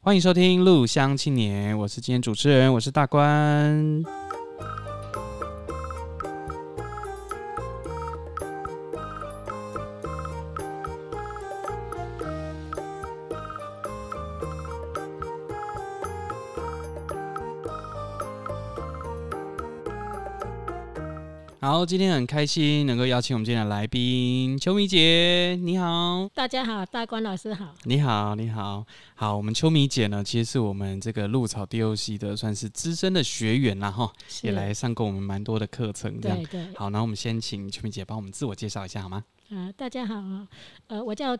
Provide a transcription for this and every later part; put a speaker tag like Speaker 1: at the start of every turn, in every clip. Speaker 1: 欢迎收听《路乡青年》，我是今天主持人，我是大关。好，今天很开心能够邀请我们今天的来宾秋米姐，你好。
Speaker 2: 大家好，大关老师好。
Speaker 1: 你好，你好，好，我们秋米姐呢，其实是我们这个鹿草 DOC 的算是资深的学员啦，哈，
Speaker 2: 是
Speaker 1: 也来上过我们蛮多的课程，这样。
Speaker 2: 对对，
Speaker 1: 好，那我们先请秋米姐帮我们自我介绍一下好吗？
Speaker 2: 啊、大家好啊，呃，我叫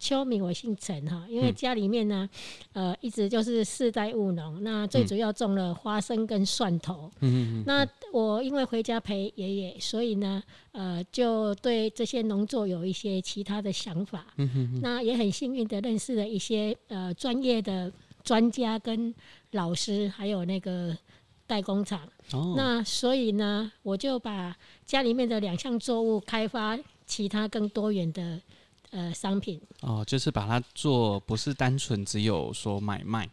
Speaker 2: 秋敏，我姓陈哈，因为
Speaker 1: 嗯
Speaker 2: 家里面呢，呃，一直就是世代务农，那最主要种了花生跟蒜头。
Speaker 1: 嗯嗯
Speaker 2: 那我因为回家陪爷爷，所以呢，呃，就对这些农作有一些其他的想法。
Speaker 1: 嗯嗯
Speaker 2: 那也很幸运的认识了一些呃专业的专家跟老师，还有那个代工厂。
Speaker 1: 嗯，哦，
Speaker 2: 那所以呢，我就把家里面的两项作物开发其他更多元的呃商品。
Speaker 1: 哦，就是把它做，不是单纯只有说买卖，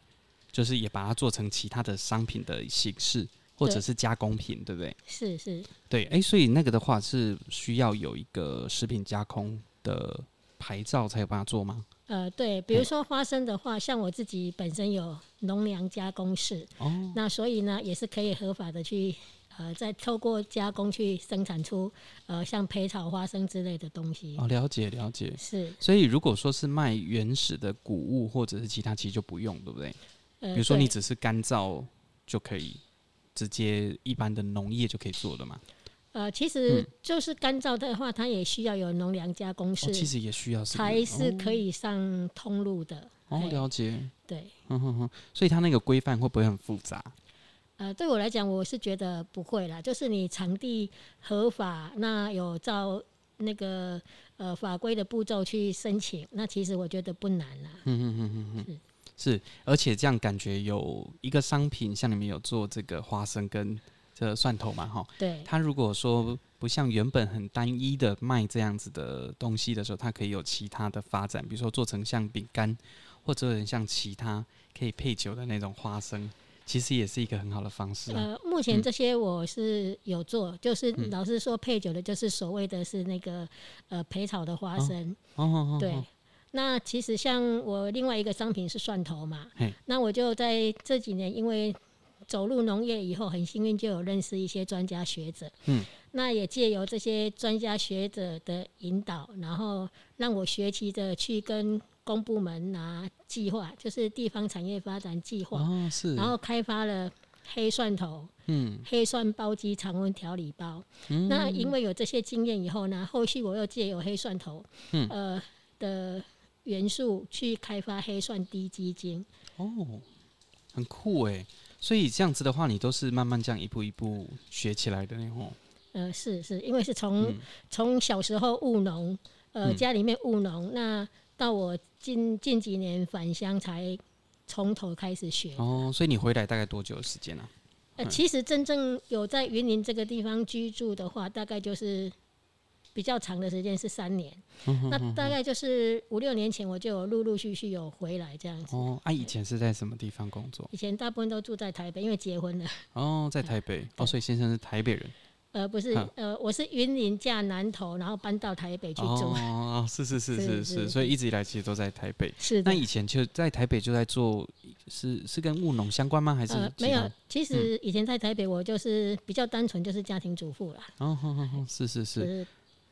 Speaker 1: 就是也把它做成其他的商品的形式，或者
Speaker 2: 对
Speaker 1: 是加工品，对不对？
Speaker 2: 是是，
Speaker 1: 对，哎、所以那个的话是需要有一个食品加工的牌照才有办法做吗？
Speaker 2: 呃，对，比如说花生的话，像我自己本身有农粮加工室，
Speaker 1: 哦，
Speaker 2: 那所以呢，也是可以合法的去。呃，再透过加工去生产出呃像培草花生之类的东西，
Speaker 1: 哦，了解了解。
Speaker 2: 是
Speaker 1: 所以如果说是卖原始的谷物或者是其他，其实就不用，对不嗯对？
Speaker 2: 呃，
Speaker 1: 比如说你
Speaker 2: 对
Speaker 1: 只是干燥就可以直接一般的农业就可以做的嘛。哦
Speaker 2: 呃，其实
Speaker 1: 嗯
Speaker 2: 就是干燥的话，它也需要有农粮加工室，
Speaker 1: 哦，其实也需要是不
Speaker 2: 才是可
Speaker 1: 以
Speaker 2: 以上通路的。
Speaker 1: 哦
Speaker 2: 哎
Speaker 1: 哦，了解。
Speaker 2: 对，
Speaker 1: 嗯哼哼，所以它那个规范会不会很复杂？
Speaker 2: 呃，对我来讲，我是觉得不会啦，就是你场地合法，那有照那个呃法规的步骤去申请，那其实我觉得不难啦。
Speaker 1: 嗯哼哼哼哼，是，而且这样感觉有一个商品，像你们有做这个花生跟这个蒜头嘛，哈，
Speaker 2: 对，
Speaker 1: 它如果说不像原本很单一的卖这样子的东西的时候，它可以有其他的发展，比如说做成像饼干，或者有点像其他可以配酒的那种花生，其实也是一个很好的方式啊。嗯
Speaker 2: 呃，目前这些我是有做，就是老师说配酒的，就是所谓的是那个呃培草的花生，
Speaker 1: 哦哦，哦
Speaker 2: 对。
Speaker 1: 哦
Speaker 2: 那其实像我另外一个商品是蒜头嘛
Speaker 1: 嘿，
Speaker 2: 那我就在这几年因为走入农业以后，很幸运就有认识一些专家学者，
Speaker 1: 嗯，
Speaker 2: 那也借由这些专家学者的引导，然后让我学习着去跟公部门拿计划，就是地方产业发展计划，
Speaker 1: 哦是，
Speaker 2: 然后开发了黑蒜头、
Speaker 1: 嗯
Speaker 2: 黑蒜包鸡常温调理包。那因为有这些经验以后呢，后续我又借由黑蒜头，
Speaker 1: 嗯
Speaker 2: 呃的元素去开发黑蒜低基精。嗯
Speaker 1: 哦，很酷哎。所以这样子的话，你都是慢慢这样一步一步学起来的那种。
Speaker 2: 呃，是是，因为是从
Speaker 1: 嗯
Speaker 2: 从、小时候务农，呃，
Speaker 1: 嗯
Speaker 2: 家里面务农，那到我近近几年返乡才从头开始学。
Speaker 1: 哦，所以你回来大概多久的时间啊？
Speaker 2: 呃，
Speaker 1: 嗯
Speaker 2: 其实真正有在云林这个地方居住的话，大概就是比较长的时间是三年。
Speaker 1: 嗯
Speaker 2: 那大概就是五六年前，我就有陆陆续续有回来这样子。
Speaker 1: 哦，啊，以前是在什么地方工作？
Speaker 2: 以前大部分都住在台北，因为结婚了。
Speaker 1: 哦，在台北。哦，
Speaker 2: 嗯对
Speaker 1: 所以先生是台北人。
Speaker 2: 呃，不是
Speaker 1: 嗯，
Speaker 2: 呃，我是云林嫁南投，然后搬到台北去住。
Speaker 1: 哦，是是 是
Speaker 2: 是
Speaker 1: 是
Speaker 2: 是
Speaker 1: 是，
Speaker 2: 是
Speaker 1: 所以一直以来其实都在台北。
Speaker 2: 是
Speaker 1: 那
Speaker 2: 的。
Speaker 1: 以前就在台北就在做，是是跟务农相关吗？还是嗯
Speaker 2: 呃，
Speaker 1: 其
Speaker 2: 没
Speaker 1: 他
Speaker 2: 有？，其实以前在台北，我就是比较单纯，就是家庭主妇啦，
Speaker 1: 哦，好好好，是是。
Speaker 2: 就是是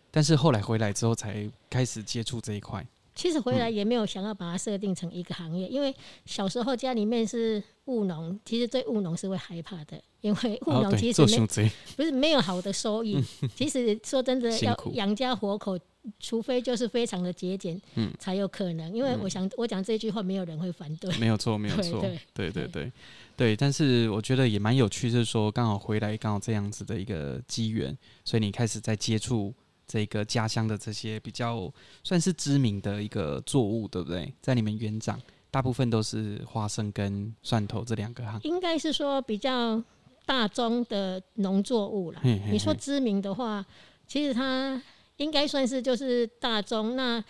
Speaker 1: 但是后来回来之后才开始接触这一块。
Speaker 2: 其实
Speaker 1: 嗯
Speaker 2: 回来也没有想要把它设定成一个行业，因为小时候家里面是务农，其实对务农是会害怕的，因为务
Speaker 1: 哦，
Speaker 2: 农
Speaker 1: 对，
Speaker 2: 其实
Speaker 1: 做
Speaker 2: 没、
Speaker 1: 熊贼。
Speaker 2: 不是没有好的收益。其实说真的，
Speaker 1: 辛
Speaker 2: 要
Speaker 1: 苦
Speaker 2: 养家活口，除非就是非常的节俭，
Speaker 1: 嗯
Speaker 2: 才有可能。因为我想，我讲这句话，没有人会反对。
Speaker 1: 没有错，没有
Speaker 2: 对
Speaker 1: 错
Speaker 2: 对，
Speaker 1: 对对
Speaker 2: 对
Speaker 1: 对对。但是我觉得也蛮有趣，就是说刚好回来，刚好这样子的一个机缘，所以你开始在接触这个家乡的这些比较算是知名的一个作物，对不对？在你们园长，大部分都是花生跟蒜头这两个行。
Speaker 2: 应该是说比较大宗的农作物啦。
Speaker 1: 嘿嘿嘿
Speaker 2: 你说知名的话，其实它应该算是就是大宗。那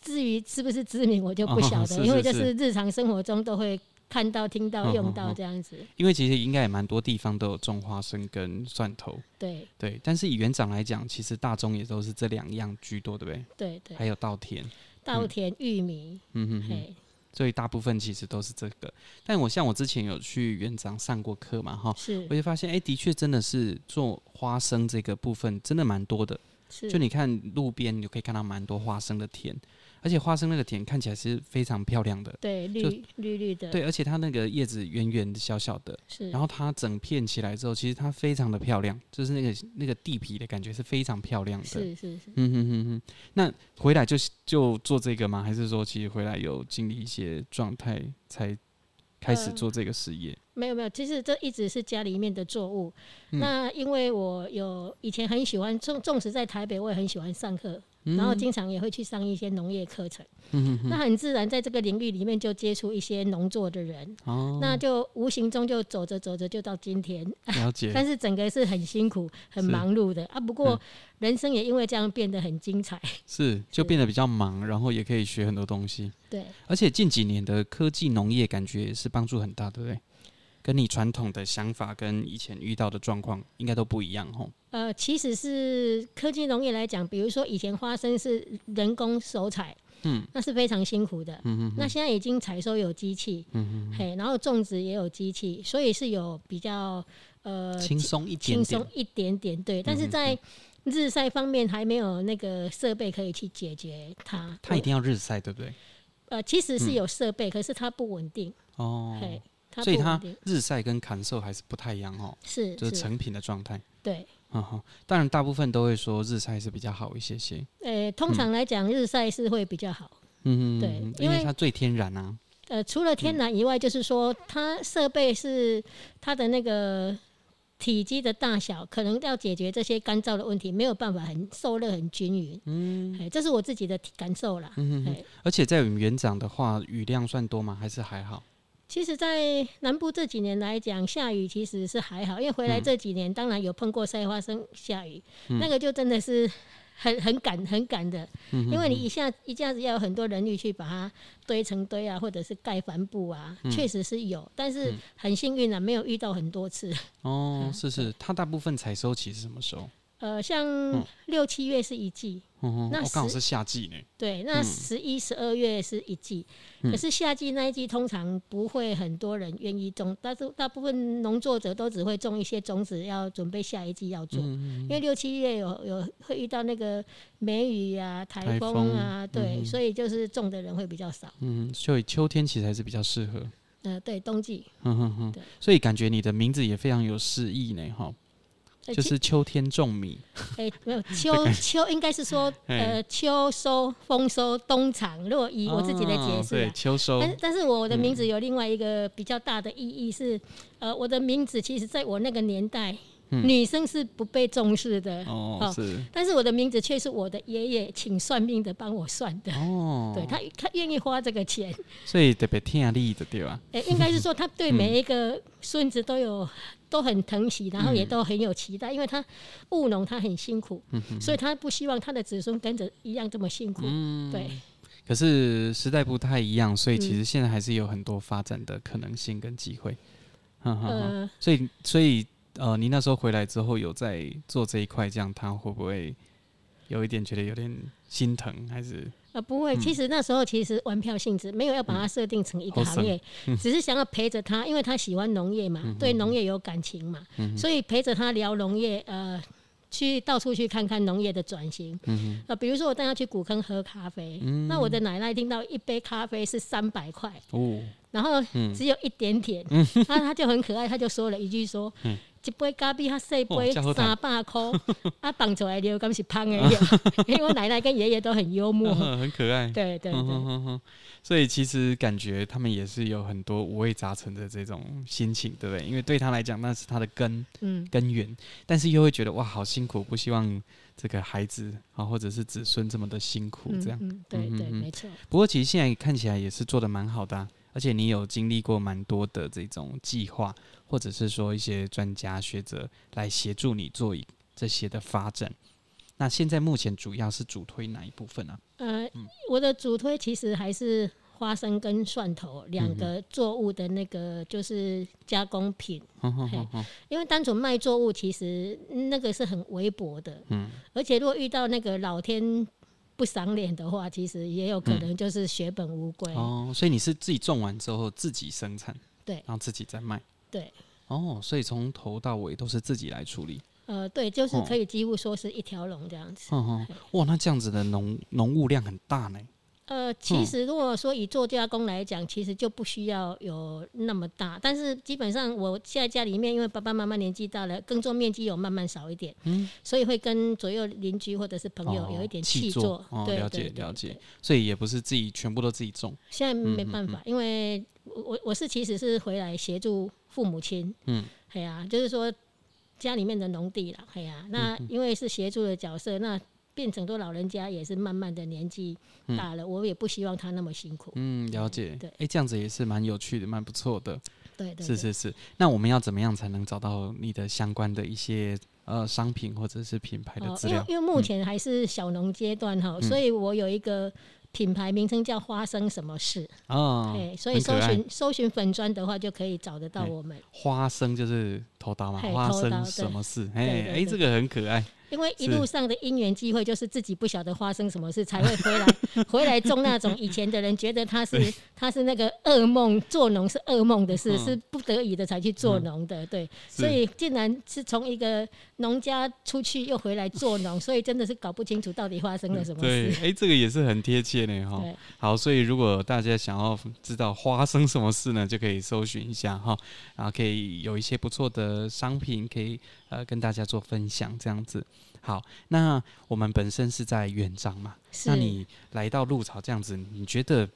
Speaker 2: 至于是不是知名，我就不晓
Speaker 1: 哦
Speaker 2: 得，
Speaker 1: 是
Speaker 2: 因
Speaker 1: 是
Speaker 2: 为就是是日常生活中都会看到、听到、
Speaker 1: 嗯
Speaker 2: 用
Speaker 1: 嗯
Speaker 2: 到
Speaker 1: 嗯
Speaker 2: 这样子。
Speaker 1: 因为其实应该也蛮多地方都有种花生跟蒜头，
Speaker 2: 对
Speaker 1: 对。但是以园长来讲，其实大中也都是这两样居多，对不对？
Speaker 2: 对对
Speaker 1: 还，有稻田，
Speaker 2: 稻田、玉米，
Speaker 1: 嗯哼哼，
Speaker 2: 嘿，
Speaker 1: 所以大部分其实都是这个。但我像我之前有去园长上过课嘛，哈，
Speaker 2: 是
Speaker 1: 我就发现，哎、的确真的是做花生这个部分真的蛮多的。
Speaker 2: 是，
Speaker 1: 就你看路边，你就可以看到蛮多花生的田，而且花生那个田看起来是非常漂亮的。
Speaker 2: 对绿绿绿的，
Speaker 1: 对，而且它那个叶子圆圆的、小小的，
Speaker 2: 是，
Speaker 1: 然后它整片起来之后，其实它非常的漂亮，就是那个那个地皮的感觉是非常漂亮的。
Speaker 2: 是是是，
Speaker 1: 嗯哼哼哼，那回来就是就做这个吗？还是说其实回来有经历一些状态才开始
Speaker 2: 呃
Speaker 1: 做这个事业？
Speaker 2: 没有没有，其实这一直是家里面的作物。
Speaker 1: 嗯
Speaker 2: 那因为我有以前很喜欢，纵纵使在台北，我也很喜欢上课，呃然后经常也会去上一些农业课程。
Speaker 1: 嗯哼
Speaker 2: 那很自然，在这个领域里面就接触一些农作的人，
Speaker 1: 哼，哦，
Speaker 2: 那就无形中就走着走着就到今天。
Speaker 1: 了解。
Speaker 2: 但是整个是很辛苦、很
Speaker 1: 是
Speaker 2: 忙碌的啊。不过
Speaker 1: 嗯
Speaker 2: 人生也因为这样变得很 精彩。
Speaker 1: 是，就变得比较忙，然后也可以学很多东西，
Speaker 2: 对，
Speaker 1: 而且近几年的科技农业感觉也是帮助很大，对不对？跟你传统的想法跟以前遇到的状况应该都不一样吼。
Speaker 2: 呃，其实是科技农业来讲，比如说以前花生是人工手采，
Speaker 1: 嗯，
Speaker 2: 那是非常辛苦的。
Speaker 1: 嗯
Speaker 2: 那现在已经采收有机器，
Speaker 1: 嗯
Speaker 2: 嘿，然后种植也有机器，所以是有比较呃
Speaker 1: 嗯，轻松一点嗯
Speaker 2: 轻松
Speaker 1: 点，
Speaker 2: 一点点，对。但是在日晒方面还没有那个设备可以去解决它。
Speaker 1: 它一定要日晒，对不对？
Speaker 2: 呃，其实是有设备，可是它不稳定，
Speaker 1: 哦
Speaker 2: 嘿，，它不
Speaker 1: 所以
Speaker 2: 稳
Speaker 1: 它
Speaker 2: 定，
Speaker 1: 日晒跟砍售还是不太一样哦，
Speaker 2: 是
Speaker 1: 就是成品的状态。
Speaker 2: 对。
Speaker 1: 嗯哼，当然大部分都会说日晒是比较好一些些。
Speaker 2: 呃，通常来讲，日晒是会比较好。
Speaker 1: 嗯，
Speaker 2: 对
Speaker 1: 嗯嗯因
Speaker 2: 因
Speaker 1: 为
Speaker 2: 为
Speaker 1: 它最天然啊。
Speaker 2: 呃，除了天然以外，就是说它设备是它的那个体积的大小，可能要解决这些干燥的问题，没有办法很受热很均匀。嗯，哎，这是我自己的体感受啦。
Speaker 1: 嗯哼哼
Speaker 2: 哎，
Speaker 1: 而且在我们园长的话，雨量算多吗？还是还好？
Speaker 2: 其实，在南部这几年来讲，下雨其实是还好，因为回来这几年，当然有碰过晒花生下雨，那个就真的是很很赶很赶的，
Speaker 1: 嗯
Speaker 2: 因为你一下一下子要有很多人力去把它堆成堆啊，或者是盖帆布啊，确、实是有，但是很幸运啊，没有遇到很多次。嗯
Speaker 1: 哦，是是，它大部分采收期是什么时候？
Speaker 2: 呃，像六七月是一季，
Speaker 1: 哦，
Speaker 2: 那
Speaker 1: 哦刚好
Speaker 2: 十
Speaker 1: 是夏季呢。
Speaker 2: 对，那十一、十二月是一季，
Speaker 1: 嗯
Speaker 2: 可是夏季那一季通常不会很多人愿意种，但是大部分农作者都只会种一些种子，要准备下一季要
Speaker 1: 嗯
Speaker 2: 做，因为六七月有有会遇到那个梅雨啊、台风啊，
Speaker 1: 台风
Speaker 2: 对，
Speaker 1: 嗯
Speaker 2: 所以就是种的人会比较少。
Speaker 1: 嗯，所以秋天其实还是比较适合。嗯
Speaker 2: 呃，对，冬季，
Speaker 1: 哼哼哼
Speaker 2: 对，
Speaker 1: 所以感觉你的名字也非常有诗意呢，哈，
Speaker 2: 呃
Speaker 1: 就
Speaker 2: 其
Speaker 1: 是秋天种米。
Speaker 2: 哎、没有秋秋应该是说呃秋收、丰收、冬藏，如果以我自己的解
Speaker 1: 哦
Speaker 2: 释、啊
Speaker 1: 对，秋收
Speaker 2: 但。是但是我的名
Speaker 1: 嗯
Speaker 2: 字有另外一个比较大的意义是，呃，我的名字其实在我那个年代，女生是不被重视的。
Speaker 1: 嗯哦
Speaker 2: 哦，
Speaker 1: 是
Speaker 2: 但是我的名字却是我的爷爷请算命的帮我算的，
Speaker 1: 哦，
Speaker 2: 对他他愿意花这个钱，
Speaker 1: 所以特别听力的对吧？
Speaker 2: 诶，应该是说他对每一个孙子都有都很疼惜，然后也都很有期
Speaker 1: 嗯
Speaker 2: 待，因为他务农他很辛苦，所以他不希望他的子孙跟着一样这么辛苦，
Speaker 1: 嗯
Speaker 2: 对，
Speaker 1: 可是时代不太一样，所以
Speaker 2: 嗯
Speaker 1: 其实现在还是有很多发展的可能性跟机会。哈哈哈。
Speaker 2: 呃，
Speaker 1: 所以，所以呃，你那时候回来之后有在做这一块，这样他会不会有一点觉得有点心疼，还是
Speaker 2: 啊，不
Speaker 1: 嗯
Speaker 2: 会，其实那时候其实玩票性质没有要把它设定成一个
Speaker 1: 好嗯
Speaker 2: 行业，只是想要陪着他，因为他喜欢农业嘛，对农业有感情嘛，
Speaker 1: 嗯
Speaker 2: 所以陪着他聊农业，呃，去到处去看看农业的转型，
Speaker 1: 嗯
Speaker 2: 呃，比如说我带他去古坑喝咖啡，那我的奶奶听到一杯咖啡是三百块，
Speaker 1: 哦，
Speaker 2: 然后只有一点点，
Speaker 1: 嗯
Speaker 2: 然后他就很可爱，他就说了一句说。一杯咖啡，他一
Speaker 1: 哦
Speaker 2: 杯
Speaker 1: 嗯这好
Speaker 2: 三百块， 啊，放出来的敢是 香的了， 因为我奶奶跟爷爷都很幽默，
Speaker 1: 很可爱。
Speaker 2: 对对
Speaker 1: 嗯哼
Speaker 2: 对，
Speaker 1: 哼哼，所以其实感觉他们也是有很多五味杂陈的这种心情，对不对？因为对他来讲，那是他的根
Speaker 2: 嗯，
Speaker 1: 根源，但是又会觉得哇，好辛苦，不希望这个孩子啊，或者是子孙这么的辛苦
Speaker 2: 嗯
Speaker 1: 这样。
Speaker 2: 嗯，对
Speaker 1: 嗯
Speaker 2: 对，
Speaker 1: 嗯嗯
Speaker 2: 没错，
Speaker 1: 不过其实现在看起来也是做的蛮好的啊、而且你有经历过蛮多的这种计划，或者是说一些专家学者来协助你做一这些的发展。那现在目前主要是主推哪一部分啊？
Speaker 2: 呃，我的主推其实还是花生跟蒜头
Speaker 1: 嗯
Speaker 2: 两个作物的那个就是加工品，
Speaker 1: 哼嗯哼哼哼
Speaker 2: 因为单纯卖作物其实那个是很微薄的，
Speaker 1: 嗯，
Speaker 2: 而且如果遇到那个老天不赏脸的话，其实也有可能就是血本无归。
Speaker 1: 嗯哦，所以你是自己种完之后自己生产，
Speaker 2: 对
Speaker 1: 然后自己再卖，
Speaker 2: 对，
Speaker 1: 哦，所以从头到尾都是自己来处理，
Speaker 2: 呃，对，
Speaker 1: 哦
Speaker 2: 就是可以几乎说是一条龙这样子。
Speaker 1: 嗯哼哼，哇，那这样子的农农务量很大呢，嗯
Speaker 2: 呃，其实如果说以做加工来讲，其实就不需要有那么大，但是基本上我现在家里面，因为爸爸妈妈年纪大了，耕作面积有慢慢少一点，
Speaker 1: 嗯
Speaker 2: 所以会跟左右邻居或者是朋友
Speaker 1: 哦
Speaker 2: 有一点
Speaker 1: 契
Speaker 2: 气
Speaker 1: 作
Speaker 2: 作。
Speaker 1: 哦，
Speaker 2: 对
Speaker 1: 了
Speaker 2: 对
Speaker 1: 解嗯
Speaker 2: 对
Speaker 1: 了解，所以也不是自己全部都自己种，
Speaker 2: 现在没办法，因为我我我是其实是回来协助父母亲，
Speaker 1: 嗯，
Speaker 2: 哎呀、就是说家里面的农地啦，哎呀、那
Speaker 1: 嗯
Speaker 2: 因为是协助的角色，那变成说老人家也是慢慢的年纪大了，我也不希望他那么辛苦，
Speaker 1: 嗯，了解，
Speaker 2: 对
Speaker 1: 哎，这样子也是蛮有趣的，蛮不错的，
Speaker 2: 对对
Speaker 1: 是是是。那我们要怎么样才能找到你的相关的一些呃商品或者是品牌的
Speaker 2: 哦，
Speaker 1: 资
Speaker 2: 因为
Speaker 1: 料？嗯
Speaker 2: 因为目前还是小农阶段哈，所以我有一个品牌名称叫花生什么事，
Speaker 1: 哦，
Speaker 2: 哎，所以
Speaker 1: 很可
Speaker 2: 搜
Speaker 1: 爱
Speaker 2: 寻搜寻粉砖的话就可以找得到
Speaker 1: 哎
Speaker 2: 我们，
Speaker 1: 花生就是头刀嘛，
Speaker 2: 嘿
Speaker 1: 花
Speaker 2: 头刀
Speaker 1: 生
Speaker 2: 对
Speaker 1: 什么事？
Speaker 2: 对
Speaker 1: 哎
Speaker 2: 对
Speaker 1: 哎，
Speaker 2: 对
Speaker 1: 这个很可爱。
Speaker 2: 因为一
Speaker 1: 是
Speaker 2: 路上的因缘机会，就是自己不晓得发生什么事，才会 回来回来种那种以前的人觉得他是他是那个噩梦，做农是噩梦的事，
Speaker 1: 嗯
Speaker 2: 是不得已的才去做农的，对，
Speaker 1: 是
Speaker 2: 所以竟然是从一个农家出去又回来做农，所以真的是搞不清楚到底发生了什么
Speaker 1: 对哦
Speaker 2: 事，，
Speaker 1: 哎，这个也是很贴切 呢哈
Speaker 2: 对。
Speaker 1: 好，所以如果大家想要知道花生什么事呢，就可以搜寻一下哈，然后可以有一些不错的商品可以呃跟大家做分享这样子。好，那我们本身是在远彰嘛，
Speaker 2: 是
Speaker 1: 那你来到鹿草这样子，你觉得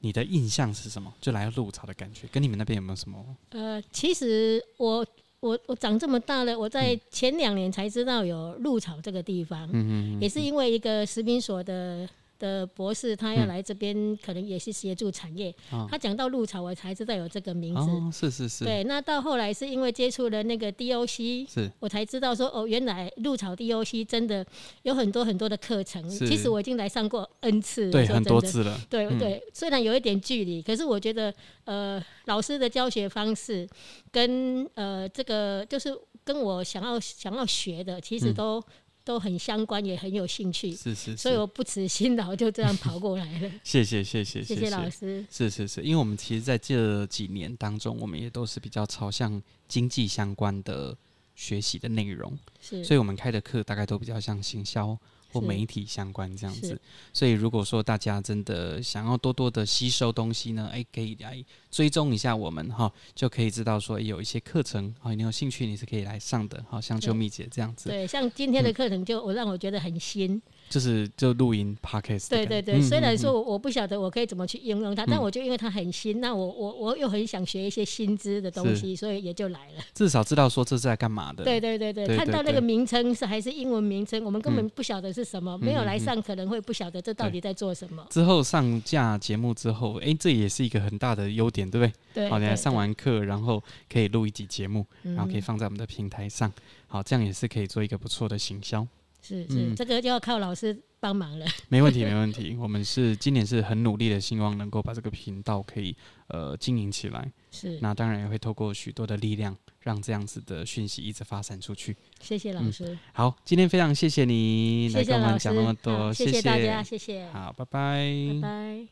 Speaker 1: 你的印象是什么？就来到鹿草的感觉，跟你们那边有没有什么？
Speaker 2: 呃，其实我我我长这么大了，我在前两年才知道有鹿草这个地方，
Speaker 1: 嗯
Speaker 2: 也是因为一个食品所的。的博士，他要来这边，可能也是协助产业。
Speaker 1: 嗯哦
Speaker 2: 他讲到鹿草，我才知道有这个名字。
Speaker 1: 哦，是是是，
Speaker 2: 对，那到后来是因为接触了那个 DOC，
Speaker 1: 是
Speaker 2: 我才知道说哦，原来鹿草 DOC 真的有很多很多的课程。
Speaker 1: 是
Speaker 2: 其实我已经来上过 N 次了，
Speaker 1: 对
Speaker 2: 说
Speaker 1: 很
Speaker 2: 真
Speaker 1: 多
Speaker 2: 的
Speaker 1: 次了，
Speaker 2: 对
Speaker 1: 嗯
Speaker 2: 对，虽然有一点距离，可是我觉得呃，老师的教学方式跟呃这个就是跟我想要想要学的，其实
Speaker 1: 嗯
Speaker 2: 都、都很相关，也很有兴趣，
Speaker 1: 是是，
Speaker 2: 所以
Speaker 1: 是
Speaker 2: 我不辞辛劳就这样跑过来 了。
Speaker 1: 谢谢谢谢
Speaker 2: 谢谢老师，
Speaker 1: 是是是，因为我们其实在这几年当中，我们也都是比较朝向经济相关的学习的内容，
Speaker 2: 是
Speaker 1: 所以我们开的课大概都比较像行销或
Speaker 2: 是
Speaker 1: 媒体相关这样子
Speaker 2: 是。
Speaker 1: 所以如果说大家真的想要多多的吸收东西呢，哎，可以来追踪一下我们哈，就可以知道说哎有一些课程啊，你有兴趣你是可以来上的，好，像秋蜜姐这样子，
Speaker 2: 对，像今
Speaker 1: 嗯
Speaker 2: 天的课程就我让我觉得很新，
Speaker 1: 就是就录音 podcast 的
Speaker 2: 对
Speaker 1: 感觉。
Speaker 2: 对对。虽
Speaker 1: 嗯
Speaker 2: 然
Speaker 1: 嗯嗯
Speaker 2: 说我我不晓得我可以怎么去应用它，但我就因为它很新，那我我我又很想学一些新知的东
Speaker 1: 是
Speaker 2: 西，所以也就来了。
Speaker 1: 至少知道说这是在干嘛的，
Speaker 2: 对对对对，
Speaker 1: 对
Speaker 2: 看
Speaker 1: 对
Speaker 2: 到那
Speaker 1: 对
Speaker 2: 个名称是还是英文名称，我们根本不晓得是什
Speaker 1: 嗯
Speaker 2: 么，没有来上可能会不晓得这到底在做什么。
Speaker 1: 之后上架节目之后，诶，这也是一个很大的优点，对不对？
Speaker 2: 对，
Speaker 1: 好，你
Speaker 2: 对
Speaker 1: 来上，完课，然后可以录一集节目，
Speaker 2: 对
Speaker 1: 然后可以
Speaker 2: 嗯
Speaker 1: 放在我们的平台上。好，这样也是可以做一个不错的行销，
Speaker 2: 是
Speaker 1: 嗯
Speaker 2: 是，这个就要靠老师帮忙了。
Speaker 1: 没问题，没问题。我们是今年是很努力的，希望能够把这个频道可以呃经营起来。
Speaker 2: 是，
Speaker 1: 那当然也会透过许多的力量，让这样子的讯息一直发散出去。
Speaker 2: 谢谢老
Speaker 1: 嗯
Speaker 2: 师，
Speaker 1: 好，今天非常谢谢你
Speaker 2: 谢
Speaker 1: 来
Speaker 2: 谢
Speaker 1: 跟我
Speaker 2: 老
Speaker 1: 们
Speaker 2: 师
Speaker 1: 讲那么，
Speaker 2: 好
Speaker 1: 多，
Speaker 2: 谢
Speaker 1: 谢
Speaker 2: 大家，谢谢，
Speaker 1: 好，
Speaker 2: 拜拜。